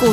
股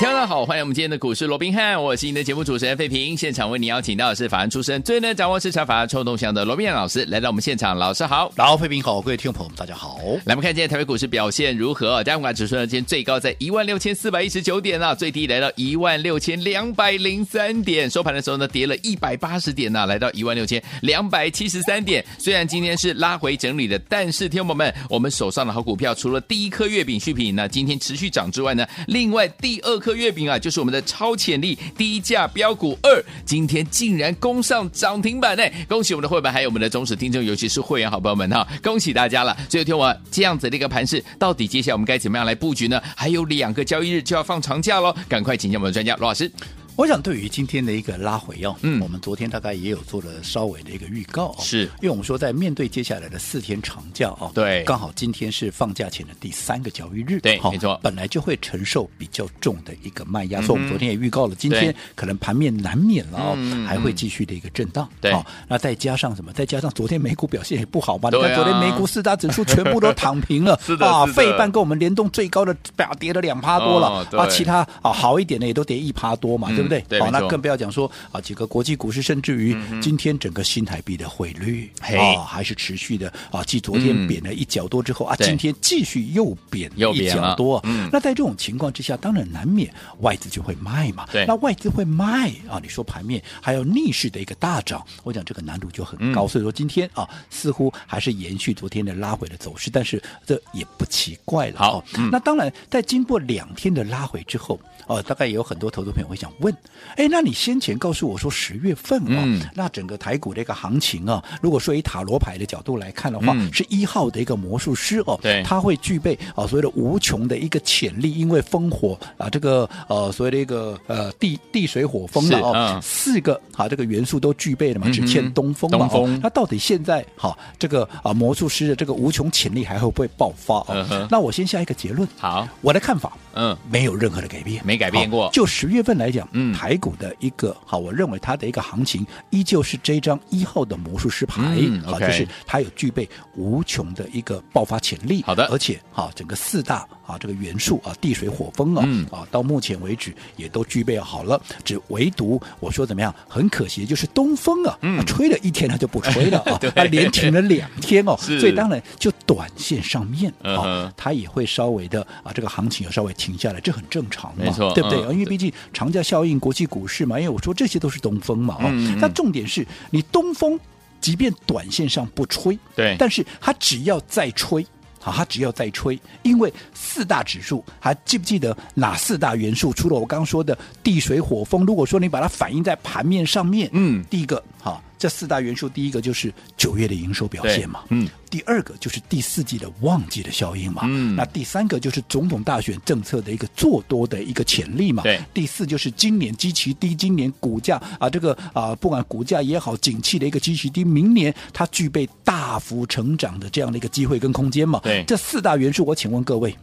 听众好，欢迎我们今天的股市罗宾汉，我是你的节目主持人费平。现场为你邀请到的是法案出身、最能掌握市场法案臭动向的罗宾汉老师，来到我们现场。老师好，然后，费平好，各位听众朋友们，大家好。来我们看今天台北股市表现如何？加权指数呢，今天最高在16,419点啊，最低来到16,203点，收盘的时候呢，跌了180点呐、来到16,273点。虽然今天是拉回整理的，但是听众朋友们，我们手上的好股票，除了第一颗月饼续品呢，今天持续涨之外呢，另外第二颗月饼啊，就是我们的超潜力低价标股二，今天竟然攻上涨停板呢！恭喜我们的会员，还有我们的忠实听众，尤其是会员好朋友们哈、恭喜大家了！所以听我这样子的一个盘势，到底接下来我们该怎么样来布局呢？还有两个交易日就要放长假喽，赶快请教我们的专家罗老师。我想对于今天的一个拉回哦，嗯我们昨天大概也有做了稍微的一个预告、哦，是因为我们说在面对接下来的四天长假哦，对刚好今天是放假前的第三个交易日，对好没错嗯本来就会承受比较重的一个卖压，所以我们昨天也预告了，今对天可能盘面难免了哦，嗯嗯还会继续的一个震荡，对好那再加上什么？再加上昨天美股表现也不好嘛，你对啊，看昨天美股四大指数全部都躺平了 是的啊，是的费半跟我们联动最高的表跌了两趴多了，哦对啊，其他。它啊好一点的也都跌一趴多嘛，嗯对不对？对好，没那错嗯更不要讲说啊，几个国际股市，甚至于今天整个新台币的汇率嘿啊，还是持续的啊，继昨嗯天贬了一角多之后啊，对今天继续又贬又一贬了角多。嗯那在这种情况之下，当然难免外资就会卖嘛。对那外资会卖啊，你说盘面还有逆势的一个大涨，我讲这个难度就嗯很高。所以说今天啊，似乎还是延续昨天的拉回的走势，但是这也不奇怪了。好嗯哦那当然，在经过两天的拉回之后，哦，大概也有很多投资朋友会想问，哎，那你先前告诉我说十月份啊、嗯那整个台股的一个行情啊，如果说以塔罗牌的角度来看的话，嗯是一号的一个魔术师哦，对他会具备啊、所谓的无穷的一个潜力，因为烽火啊，这个呃所谓的一个呃地地水火风是了哦，嗯四个啊这个元素都具备了嘛，只嗯欠哼东风嘛、东风哦，那到底现在好、这个啊魔术师的这个无穷潜力还会不会爆发哦？嗯哼那我先下一个结论，好，我的看法嗯，没有任何的改变，没改变过好就十月份来讲，嗯台股的一个好，我认为它的一个行情依旧是这张一号的魔术师牌，嗯好， OK 就是它有具备无穷的一个爆发潜力。好的而且好，整个四大啊这个元素啊，地水火风啊、嗯啊，到目前为止也都具备好了，只唯独我说怎么样，很可惜，就是东风啊，嗯啊吹了一天它就不吹了啊 对，它连停了两天哦，是所以当然就短线上面嗯哼啊，它也会稍微的啊，这个行情有稍微停下来，这很正常嘛，没错对不对？嗯因为毕竟长假效应、国际股市嘛，因为我说这些都是东风嘛，哦，嗯嗯那重点是你东风，即便短线上不吹，对但是它只要再吹。好，它只要再吹，因为四大指数还记不记得哪四大元素？除了我刚刚说的地、水、火、风，如果说你把它反映在盘面上面，嗯第一个，好，这四大元素，第一个就是九月的营收表现嘛，对嗯，第二个就是第四季的旺季的效应嘛，嗯那第三个就是总统大选政策的一个做多的一个潜力嘛，对第四就是今年基期低，今年股价啊这个啊不管股价也好，景气的一个基期低，明年它具备大幅成长的这样的一个机会跟空间嘛，对这四大元素，我请问各位，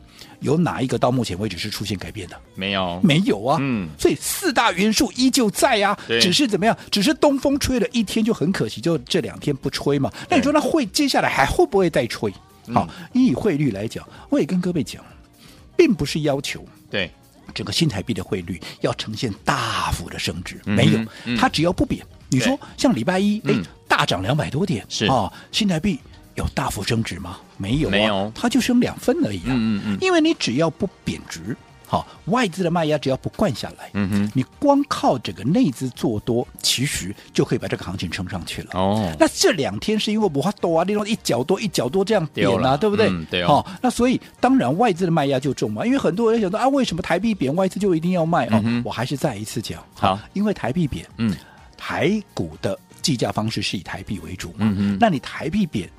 有哪一个到目前为止是出现改变的？没有，没有啊，嗯所以四大元素依旧在啊对，只是怎么样？只是东风吹了一天就很可惜，就这两天不吹嘛。那你说那会接下来还会不会再吹？嗯好，以汇率来讲，我也跟各位讲，并不是要求对，整个新台币的汇率要呈现大幅的升值，嗯哼没有嗯，它只要不贬。你说像礼拜一，哎嗯，大涨两百多点，是啊，新台币有大幅升值吗？没有啊，没有它就升两分而已啊。嗯嗯嗯因为你只要不贬值。好，外资的卖压只要不灌下来，嗯哼你光靠整个内资做多，其实就可以把这个行情撑上去了。哦，那这两天是因为我多啊，那种一角多一角多这样贬对啦啊，对不对？嗯对哦好、那所以当然外资的卖压就重嘛，因为很多人想说啊，为什么台币贬，外资就一定要卖哦？我还是再一次讲，嗯好因为台币贬，嗯，台股的计价方式是以台币为主嘛，嗯哼那你台币贬，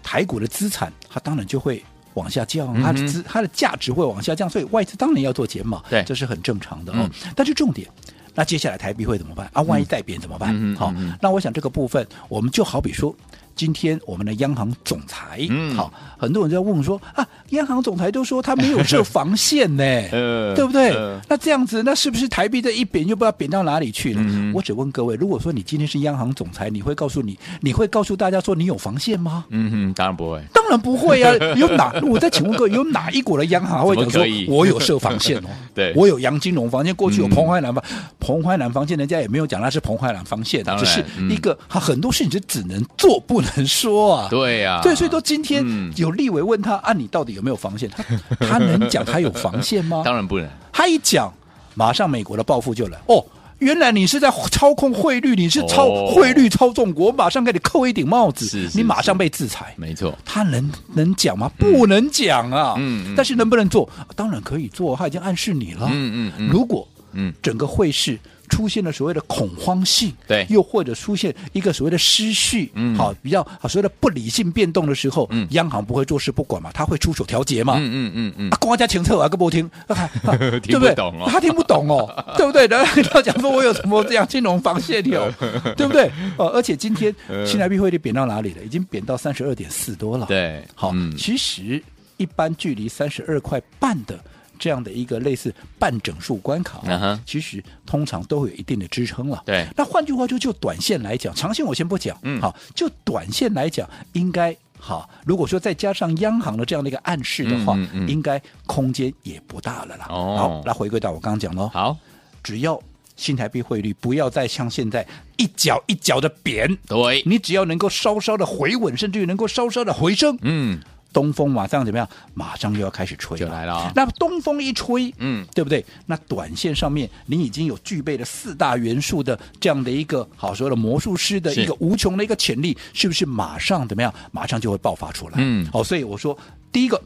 台股的资产它当然就会。往下降，嗯它的资、它的价值会往下降，所以外资当然要做减码，对嗯这是很正常的哦。但是重点，那接下来台币会怎么办啊？万一再贬怎么办？嗯哼好、嗯哼那我想这个部分，我们就好比说，今天我们的央行总裁，嗯好，很多人在问我说啊，央行总裁都说他没有设防线呢， 呃对不对？呃那这样子，那是不是台币这一贬就不知道贬到哪里去了？嗯我只问各位，如果说你今天是央行总裁，你会告诉你，你会告诉大家说你有防线吗？嗯哼，当然不会，当然不 会呀、有哪？我再请问各位，有哪一国的央行会讲怎么说可以？我有设防线哦 对我有杨金龙防线，过去有嗯彭淮南防，彭淮南防线，人家也没有讲那是彭淮南防线当，然只是嗯一个、啊很多事情是只能做不能说啊。对呀、啊，对，所以说今天嗯有立委问他，啊，你到底有没有防线？他他能讲他有防线吗？啊当然不能，他一讲，马上美国的报复就来哦。原来你是在操控汇率，你是操、哦汇率操纵国，我马上给你扣一顶帽子，是是你马上被制裁。没错，他能能讲吗？不能讲啊。嗯嗯嗯但是能不能做？啊当然可以做，他已经暗示你了。嗯嗯嗯如果嗯整个会市出现了所谓的恐慌性，对又或者出现一个所谓的失序，嗯好，比较好所谓的不理性变动的时候，嗯央行不会坐视不管嘛，他会出手调节嘛。嗯嗯嗯嗯啊，，光家前侧啊，个不听， 啊对不对？懂哦他听不懂 哦，对不对？然后他讲说我有什么这样金融防线 有，对不对？哦，而且今天新台币汇率贬到哪里了？已经贬到三十二点四多了。，呃对，好，嗯其实一般距离三十二块半的。这样的一个类似半整数关卡、嗯哼其实通常都会有一定的支撑了。对那换句话就就短线来讲，长线我先不讲，嗯好，就短线来讲，应该好。如果说再加上央行的这样的一个暗示的话，嗯嗯嗯应该空间也不大了啦。哦好，那回归到我刚刚讲喽，好，只要新台币汇率不要再像现在一角一角的贬，对，你只要能够稍稍的回稳，甚至于能够稍稍的回升，嗯，东风马上怎么样？马上又要开始吹就来了啊那东风一吹，嗯，对不对？那短线上面你已经有具备了四大元素的这样的一个好说的魔术师的是一个无穷的一个潜力，是不是马上怎么样？马上就会爆发出来。嗯好、哦所以我说第一个。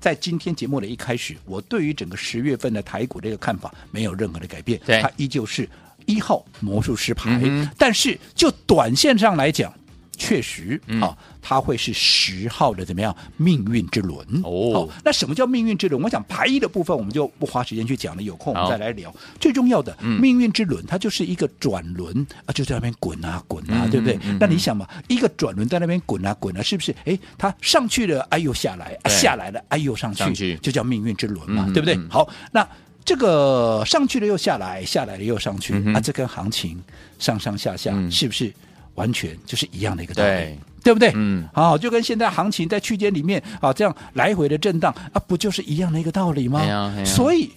在今天节目的一开始，我对于整个十月份的台股的一个看法没有任何的改变，对它依旧是一号魔术师牌。嗯哼但是就短线上来讲，确实、嗯啊，它会是十号的怎么样命运之轮哦好那什么叫命运之轮？我想排一的部分我们就不花时间去讲了，有空我们好再来聊。最重要的、嗯命运之轮，它就是一个转轮啊，就在那边滚啊滚啊，嗯对不对？嗯嗯那你想嘛，一个转轮在那边滚啊滚啊，是不是？哎，它上去了，哎呦下来，啊对下来了，哎呦上去，上去就叫命运之轮嘛，嗯对不对？嗯好，那。这个上去了又下来，下来了又上去、嗯哼啊，这跟行情上上下下、嗯是不是完全就是一样的一个道对理？对不对？嗯，好、就跟现在行情在区间里面啊，这样来回的震荡啊，不就是一样的一个道理吗？哎呀哎呀所以。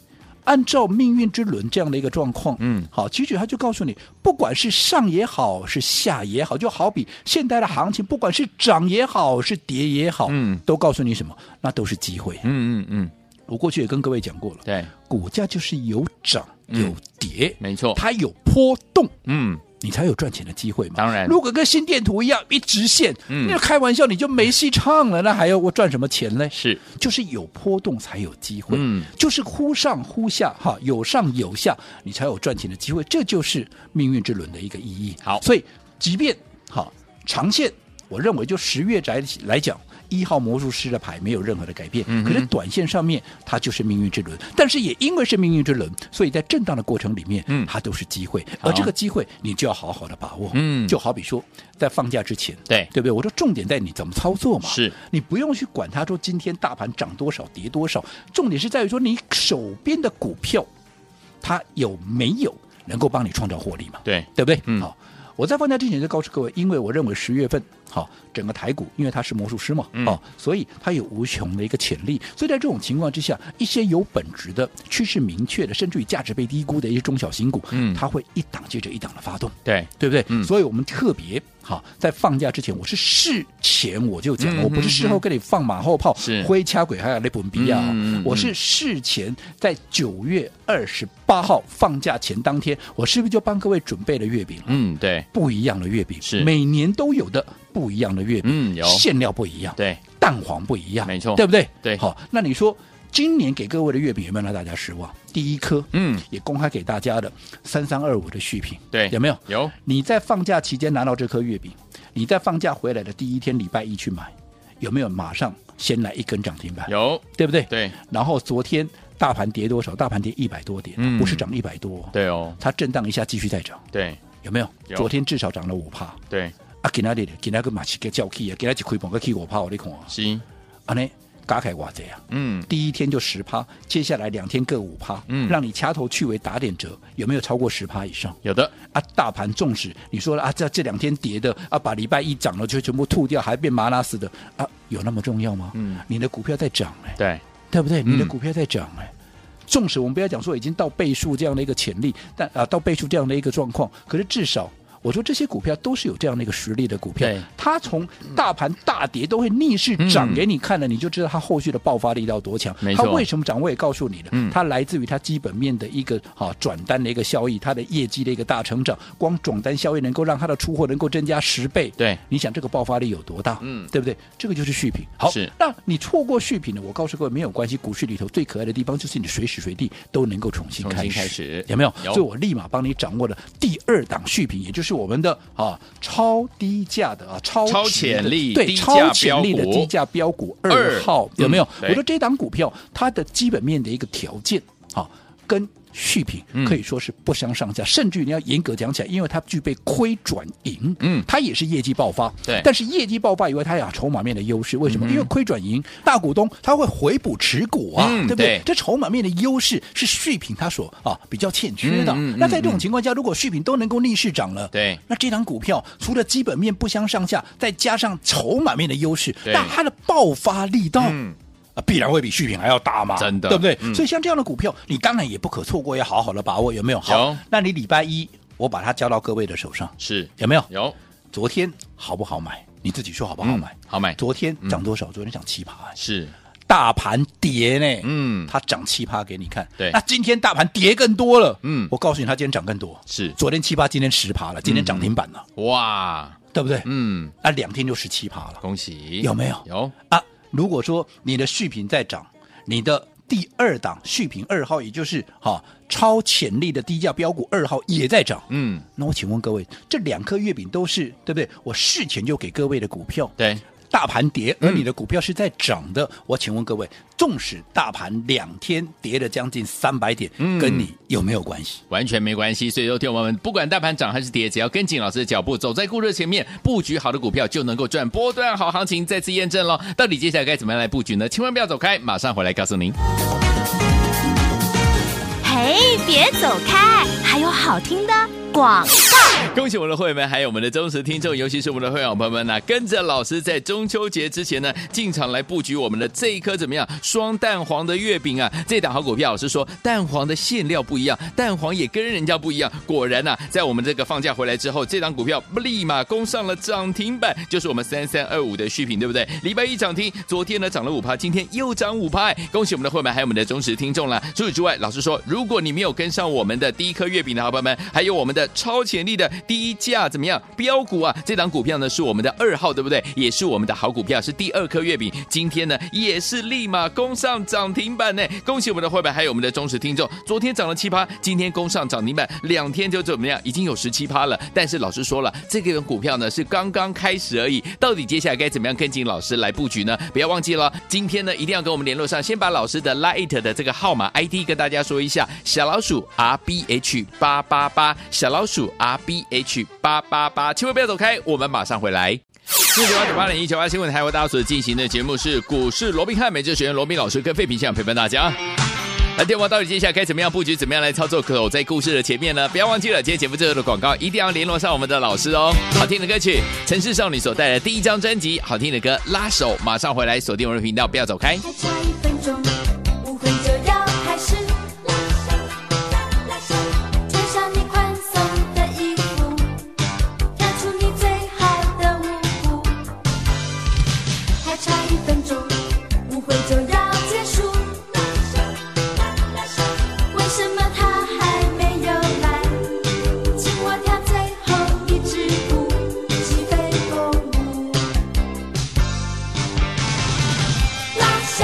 按照命运之轮这样的一个状况，嗯好，其实他就告诉你，不管是上也好，是下也好，就好比现在的行情，不管是涨也好，是跌也好，嗯都告诉你什么？那都是机会。嗯嗯嗯，我过去也跟各位讲过了，对，股价就是有涨嗯有跌，没错，它有波动，嗯，你才有赚钱的机会嘛。当然如果跟心电图一样一直线，嗯那开玩笑你就没戏唱了，那还要我赚什么钱嘞？是，就是有波动才有机会，嗯就是忽上忽下，哈，有上有下，你才有赚钱的机会，这就是命运之轮的一个意义。好所以即便哈长线，我认为就十月来来讲。一号魔术师的牌没有任何的改变，嗯哼可是短线上面它就是命运之轮，但是也因为是命运之轮，所以在震荡的过程里面，嗯它都是机会，好而这个机会你就要好好的把握。嗯就好比说在放假之前，对对不对？我说重点在你怎么操作嘛，是你不用去管它说今天大盘涨多少跌多少，重点是在于说你手边的股票它有没有能够帮你创造获利嘛，对，对不对？嗯好。我在放假之前就告诉各位，因为我认为十月份好整个台股，因为它是魔术师嘛，嗯哦，所以它有无穷的一个潜力。所以在这种情况之下，一些有本质的、趋势明确的，甚至于价值被低估的一些中小型股，嗯它会一档接着一档的发动。对，对不对？嗯所以我们特别好，在放假之前，我是事前我就讲，嗯我不是事后跟你放马后炮是、挥掐鬼还有那本比亚哦、嗯嗯嗯我是事前在九月二十八号放假前当天，我是不是就帮各位准备了月饼了？嗯对，不一样的月饼是每年都有的不一样的月饼，嗯有，馅料不一样，对，蛋黄不一样，没错对不对？对好，那你说今年给各位的月饼有没有让大家失望？第一颗，嗯也公开给大家的三三二五的续品，对，有没有？有，你在放假期间拿到这颗月饼，你在放假回来的第一天礼拜一去买，有没有马上先来一根涨停板？有，对不对？对，然后昨天大盘跌多少？大盘跌一百多点，嗯不是涨一百多，对哦，它震荡一下继续再涨，对有没有？有昨天至少涨了五帕，对，啊，今仔日咧，今仔个嘛是个叫起啊，今仔一开盘个起五趴，我你看啊，是，安尼加起来偌济啊？嗯，第一天就十趴，接下来两天各五趴，嗯让你掐头去尾打点折，有没有超过十趴以上？有的，啊，大盘纵使你说了啊，这这两天跌的啊，把礼拜一涨了就全部吐掉，还变麻拉死的啊，有那么重要吗？嗯，你的股票在涨哎、对，对不对？你的嗯股票在涨哎、纵使我们不要讲说已经到倍数这样的一个潜力，但啊到倍数这样的一个状况，可是至少我说这些股票都是有这样的一个实力的股票对，它从大盘大跌都会逆势嗯涨给你看了，你就知道它后续的爆发力到多强没。它错为什么涨？我也告诉你了嗯，它来自于它基本面的一个啊转单的一个效益，它的业绩的一个大成长，光转单效益能够让它的出货能够增加十倍。对你想这个爆发力有多大？嗯对不对？这个就是续品。好是，那你错过续品呢？我告诉各位没有关系，股市里头最可爱的地方就是你随时随地都能够重新重开新始，开始有没有？有所以我立马帮你掌握了第二档续品，也就是我们的啊超低价的啊超超值的潜力对低价超潜力的标股低价标股二二号有没有？嗯我对说这档股票它的基本面的一个条件啊跟。续品嗯可以说是不相上下，甚至你要严格讲起来，因为它具备亏转盈，嗯它也是业绩爆发，对嗯但是业绩爆发以外，它有筹码面的优势，为什么？因为亏转盈，大股东他会回补持股啊，嗯对不对对？这筹码面的优势是续品它所啊比较欠缺的。嗯嗯嗯那在这种情况下，如果续品都能够逆势涨了，对那这档股票除了基本面不相上下，再加上筹码面的优势，对那它的爆发力道。嗯啊，必然会比续品还要大嘛，真的对不对？嗯所以像这样的股票，你当然也不可错过，要好好的把握，有没有？有好，那你礼拜一我把它交到各位的手上，是，有没有？有，昨天好不好买？你自己说好不好买？嗯好买昨天嗯涨多少？昨天涨七趴，哎是，大盘跌呢，嗯它涨七趴给你看。对那今天大盘跌更多了，嗯我告诉你，它今天涨更多，是，昨天七趴，今天十趴了，今天涨停板了，哇，对不对？嗯，那两天就十七趴了恭喜，有没有有，啊！如果说你的续品在涨，你的第二档续品二号，也就是哈、超潜力的低价标股二号也在涨，嗯，那我请问各位，这两颗月饼都是对不对？我事前就给各位的股票，对，大盘跌，而嗯你的股票是在涨的。我请问各位，纵使大盘两天跌了将近三百点，嗯跟你有没有关系？完全没关系。所以，说，听我们，不管大盘涨还是跌，只要跟紧老师的脚步，走在顾热前面，布局好的股票就能够赚波段好行情。再次验证喽，到底接下来该怎么样来布局呢？千万不要走开，马上回来告诉您。嘿，别走开，还有好听的广。恭喜我们的会员们，还有我们的忠实听众，尤其是我们的会员好朋友们呢、跟着老师在中秋节之前呢，进场来布局我们的这一颗怎么样双蛋黄的月饼啊？这档好股票，老师说蛋黄的馅料不一样，蛋黄也跟人家不一样。果然呐、在我们这个放假回来之后，这档股票立马攻上了涨停板，就是我们三三二五的续品，对不对？礼拜一涨停，昨天呢涨了五趴，今天又涨五趴，哎恭喜我们的会员们，还有我们的忠实听众啦。除此之外，老师说，如果你没有跟上我们的第一颗月饼的好朋友们，还有我们的超潜力的低价怎么样标股啊？这档股票呢是我们的二号，对不对？也是我们的好股票，是第二颗月饼。今天呢也是立马攻上涨停板呢，恭喜我们的会员，还有我们的忠实听众。昨天涨了七趴，今天攻上涨停板，两天就怎么样，已经有十七趴了。但是老师说了，这个股票呢是刚刚开始而已，到底接下来该怎么样跟紧老师来布局呢？不要忘记了，今天呢一定要跟我们联络上，先把老师的 Lite 的这个号码 ID 跟大家说一下，小老鼠 R B H 八八八，小老鼠 R B H 八八八，千万不要走开，我们马上回来。四九八九八零一九八新闻台为大家所进行的节目是股市罗宾汉，美智学员罗宾老师跟费平想陪伴大家。来，电话到底接下来该怎么样布局，怎么样来操作口在故事的前面呢？不要忘记了，今天节目最后的广告一定要联络上我们的老师哦。好听的歌曲，城市少女所带来的第一张专辑，好听的歌，拉手，马上回来锁定我们的频道，不要走开。还差一分钟，舞会就要开始。拉手，拉手，穿上你宽松的衣服，跳出你最好的舞步。还差一分钟，舞会就要结束。拉手，拉手，为什么他还没有来？请我跳最后一支舞，起飞共舞。拉手，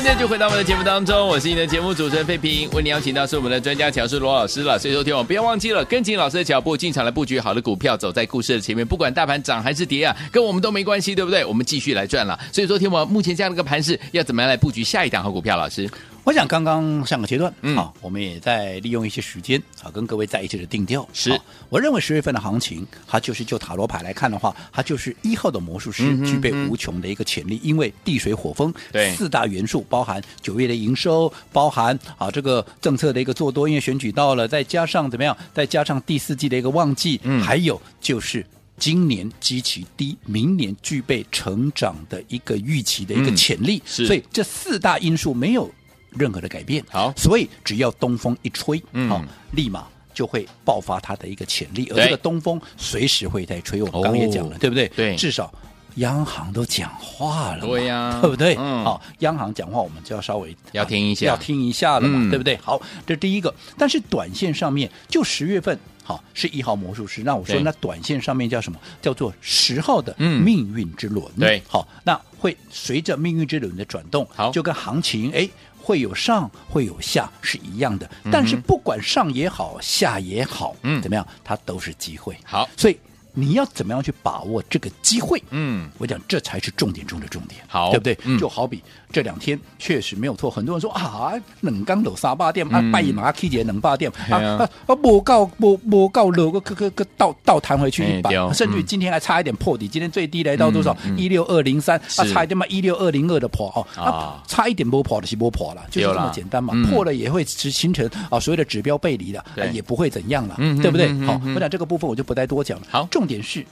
现在就回到我们的节目当中，我是你的节目主持人费平，为你邀请到是我们的专家乔师罗老师了。所以说，听我不要忘记了，跟紧老师的脚步，进场来布局好的股票，走在故事的前面，不管大盘涨还是跌啊，跟我们都没关系，对不对？我们继续来赚了。所以说，听我目前这样的一个盘势，要怎么样来布局下一档好股票？老师，我想刚刚上个阶段，嗯啊，我们也在利用一些时间啊，跟各位在一起的定调。是啊我认为十月份的行情，它就是就塔罗牌来看的话，它就是一号的魔术师嗯哼具备嗯无穷的一个潜力，因为地水火风对四大元素包含九月的营收，包含啊这个政策的一个做多，因为选举到了，再加上怎么样，再加上第四季的一个旺季，嗯还有就是。今年基期低，明年具备成长的一个预期的一个嗯潜力，是所以这四大因素没有任何的改变。好所以只要东风一吹，嗯好、立马。就会爆发它的一个潜力，对而这个东风随时会在吹。我们刚刚也讲了，哦对不对？对至少央行都讲话了嘛，对呀对不对？好、嗯央行讲话我们就要稍微啊要听一下要听一下了嘛，嗯对不对？好，这第一个。但是短线上面，就十月份，好是一号魔术师。那我说对，那短线上面叫什么？叫做十号的嗯命运之轮。对好，那会随着命运之轮的转动，好就跟行情哎。会有上，会有下，是一样的。但是不管上也好，下也好，嗯怎么样，它都是机会。好，所以你要怎么样去把握这个机会？嗯，我讲这才是重点中的重点，好对不对？嗯就好比这两天确实没有错，很多人说啊，冷刚楼沙巴店啊嗯，拜马 K 姐冷巴店嘿啊啊啊啊，不告不不告楼个个个个倒倒弹回去哎一百对哦，甚至于嗯今天还差一点破底，今天最低来到多少嗯嗯？一六二零三啊，是差一点嘛一六二零二的破哦，啊啊，差一点不破的是不破了，就是对这啦么简单嘛嗯，破了也会只形成啊所谓的指标背离的，啊对也不会怎样了嗯，对不对嗯嗯？好嗯嗯，我讲这个部分我就不再多讲了。好重点是，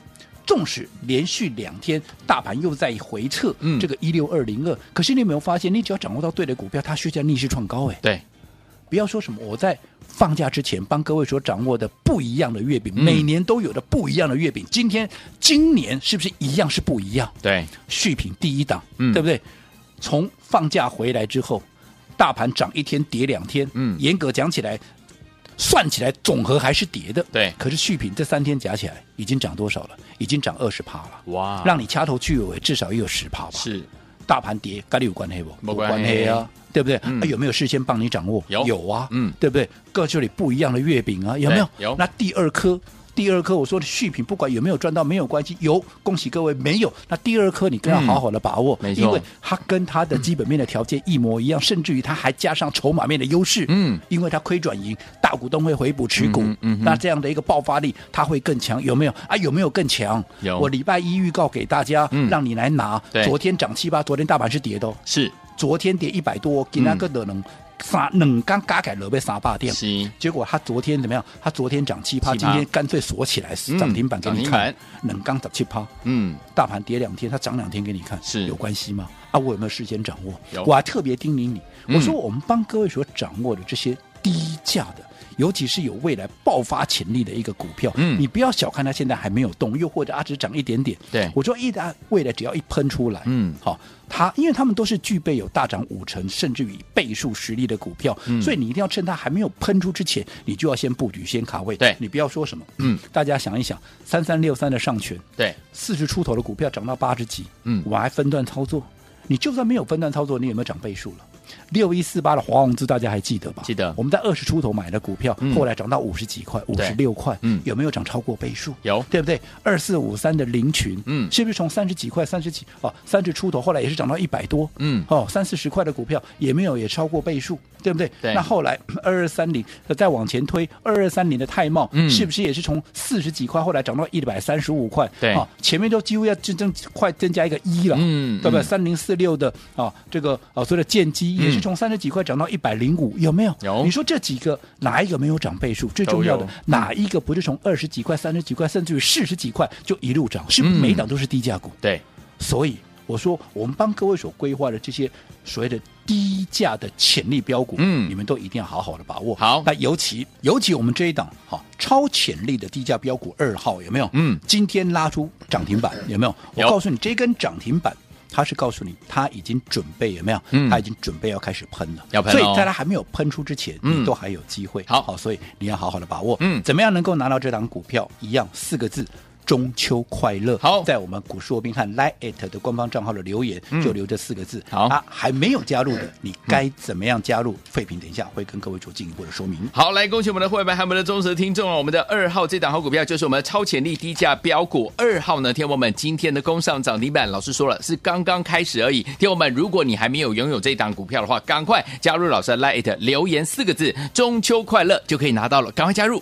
纵使连续两天大盘又在回撤，嗯这个一六二零二，可是你有没有发现，你只要掌握到对的股票，它却在逆势创高，哎，对，不要说什么我在放假之前帮各位所掌握的不一样的月饼，嗯每年都有的不一样的月饼，今天今年是不是一样是不一样？对，续品第一档，嗯对不对？从放假回来之后，大盘涨一天跌两天，嗯严格讲起来，算起来总和还是跌的，对可是续品这三天加起来已经涨多少了？已经涨二十趴了，哇让你掐头去尾至少也有十趴吧？是大盘跌，跟你有关系不？没有关系啊，对不对？嗯啊有没有事先帮你掌握？有啊，嗯对不对？各这里不一样的月饼啊，有没有？对有那第二颗。第二颗我说的续品，不管有没有赚到没有关系，有恭喜各位没有。那第二颗你更要嗯好好的把握，没错因为它跟它的基本面的条件一模一样，甚至于它还加上筹码面的优势，嗯，因为它亏转盈，大股东会回补持股，嗯哼嗯哼那这样的一个爆发力它会更强，有没有？啊，有没有更强？有我礼拜一预告给大家，嗯让你来拿，对昨天涨七八，昨天大盘是跌的、哦，是昨天跌一百多，今天个的能三能刚加起来落被三百点。嗯是，结果它昨天怎么样？它昨天涨七趴， 7%今天干脆锁起来嗯涨停板给你涨停看板，能刚涨七趴，嗯，大盘跌两天，它涨两天给你看，是有关系吗？啊，我有没有事先掌握有？我还特别叮咛你，嗯我说我们帮各位所掌握的这些低价的。尤其是有未来爆发潜力的一个股票，嗯你不要小看它现在还没有动，又或者啊只涨一点点。对我说一旦未来只要一喷出来，嗯好，它因为他们都是具备有大涨五成甚至于倍数实力的股票，嗯所以你一定要趁它还没有喷出之前，你就要先布局、先卡位。对你不要说什么，嗯，大家想一想，三三六三的上权，对，四十出头的股票涨到八十几，嗯我还分段操作。你就算没有分段操作，你有没有涨倍数了？六一四八的华宏资大家还记得吧？记得我们在二十出头买的股票，嗯后来涨到五十几块，五对十六块，嗯有没有涨超过倍数？有对不对？二四五三的林群，嗯是不是从三十几块、三十几哦，三十出头，后来也是涨到一百多，嗯哦，三四十块的股票也没有也超过倍数，对不对？对那后来 二二三零再往前推，二二三零的泰茂，嗯是不是也是从四十几块，后来涨到一百三十五块？对哦，前面都几乎要增增快增加一个一了，嗯对不对？嗯三零四六的啊，这个啊，所谓的剑机也是嗯从三十几块涨到一百零五，有没有？有你说这几个哪一个没有涨倍数？最重要都的有哪一个不是从二十几块、三十几块，甚至于四十几块就一路涨？是不是嗯每一档都是低价股？对，所以我说，我们帮各位所规划的这些所谓的低价的潜力标股，嗯你们都一定要好好的把握。好那尤其尤其我们这一档好超潜力的低价标股二号有没有？嗯今天拉出涨停板有没有？我有告诉你，这根涨停板。它是告诉你，它已经准备有没有？嗯它已经准备要开始喷了，要喷了所哦以在它还没有喷出之前，嗯你都还有机会。好好，所以你要好好的把握。嗯怎么样能够拿到这档股票？一样四个字，中秋快乐。好在我们股市罗宾汉 Line at 的官方账号的留言就留这四个字。好啊，还没有加入的，你该怎么样加入？废品等一下会跟各位做进一步的说明。好，来恭喜我们的会员，还有我们的忠实听众啊！我们的二号这档好股票就是我们的超潜力低价标股二号呢，天友们今天的攻上涨停板，老师说了是刚刚开始而已。天友们，如果你还没有拥有这档股票的话，赶快加入老师的 Lite 留言四个字“中秋快乐”就可以拿到了，赶快加入！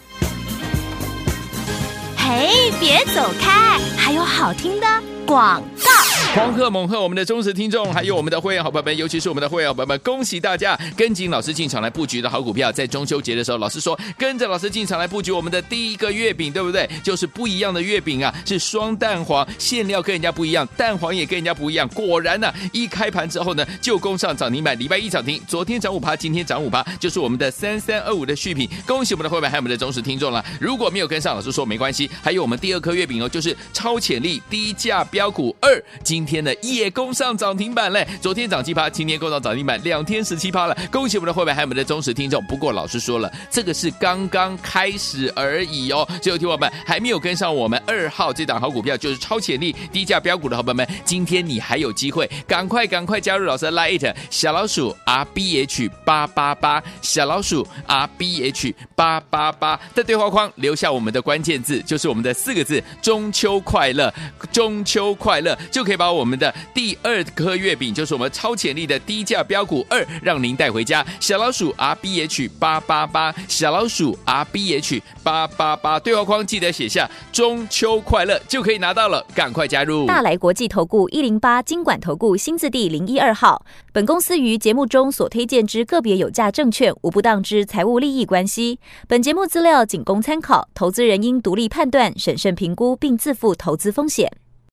嘿，别走开，还有好听的广告。狂贺猛贺我们的忠实听众，还有我们的会员好朋友们，尤其是我们的会员好朋友们，恭喜大家跟紧老师进场来布局的好股票，在中秋节的时候，老师说跟着老师进场来布局我们的第一个月饼，对不对？就是不一样的月饼啊，是双蛋黄，馅料跟人家不一样，蛋黄也跟人家不一样。果然呢、一开盘之后呢，就攻上涨停板，礼拜一涨停，昨天涨五趴，今天涨五趴，就是我们的三三二五的续品，恭喜我们的会员还有我们的忠实听众了。如果没有跟上，老师说没关系，还有我们第二颗月饼哦，就是超潜力低价标股二，今天呢也攻上涨停板嘞，昨天涨七趴，今天攻上涨停板，两天十七趴了，恭喜我们的会员还有我们的忠实听众。不过老师说了，这个是刚刚开始而已哦，所以听我们还没有跟上我们二号这档好股票，就是超潜力低价标股的好朋友们，今天你还有机会，赶快赶快加入老师的 Lite 小老鼠 R B H 八八八小老鼠 R B H 八八八，在对话框留下我们的关键字，就是我们的四个字“中秋快乐”，中秋快乐就可以把我们的第二颗月饼，就是我们超潜力的低价标股二，让您带回家。小老鼠 R B H 八八八，小老鼠 R B H 八八八，对话框记得写下“中秋快乐”就可以拿到了，赶快加入。大来国际投顾一零八金管投顾新字第零一二号。本公司于节目中所推荐之个别有价证券，无不当之财务利益关系。本节目资料仅供参考，投资人应独立判断、审慎评估，并自负投资风险。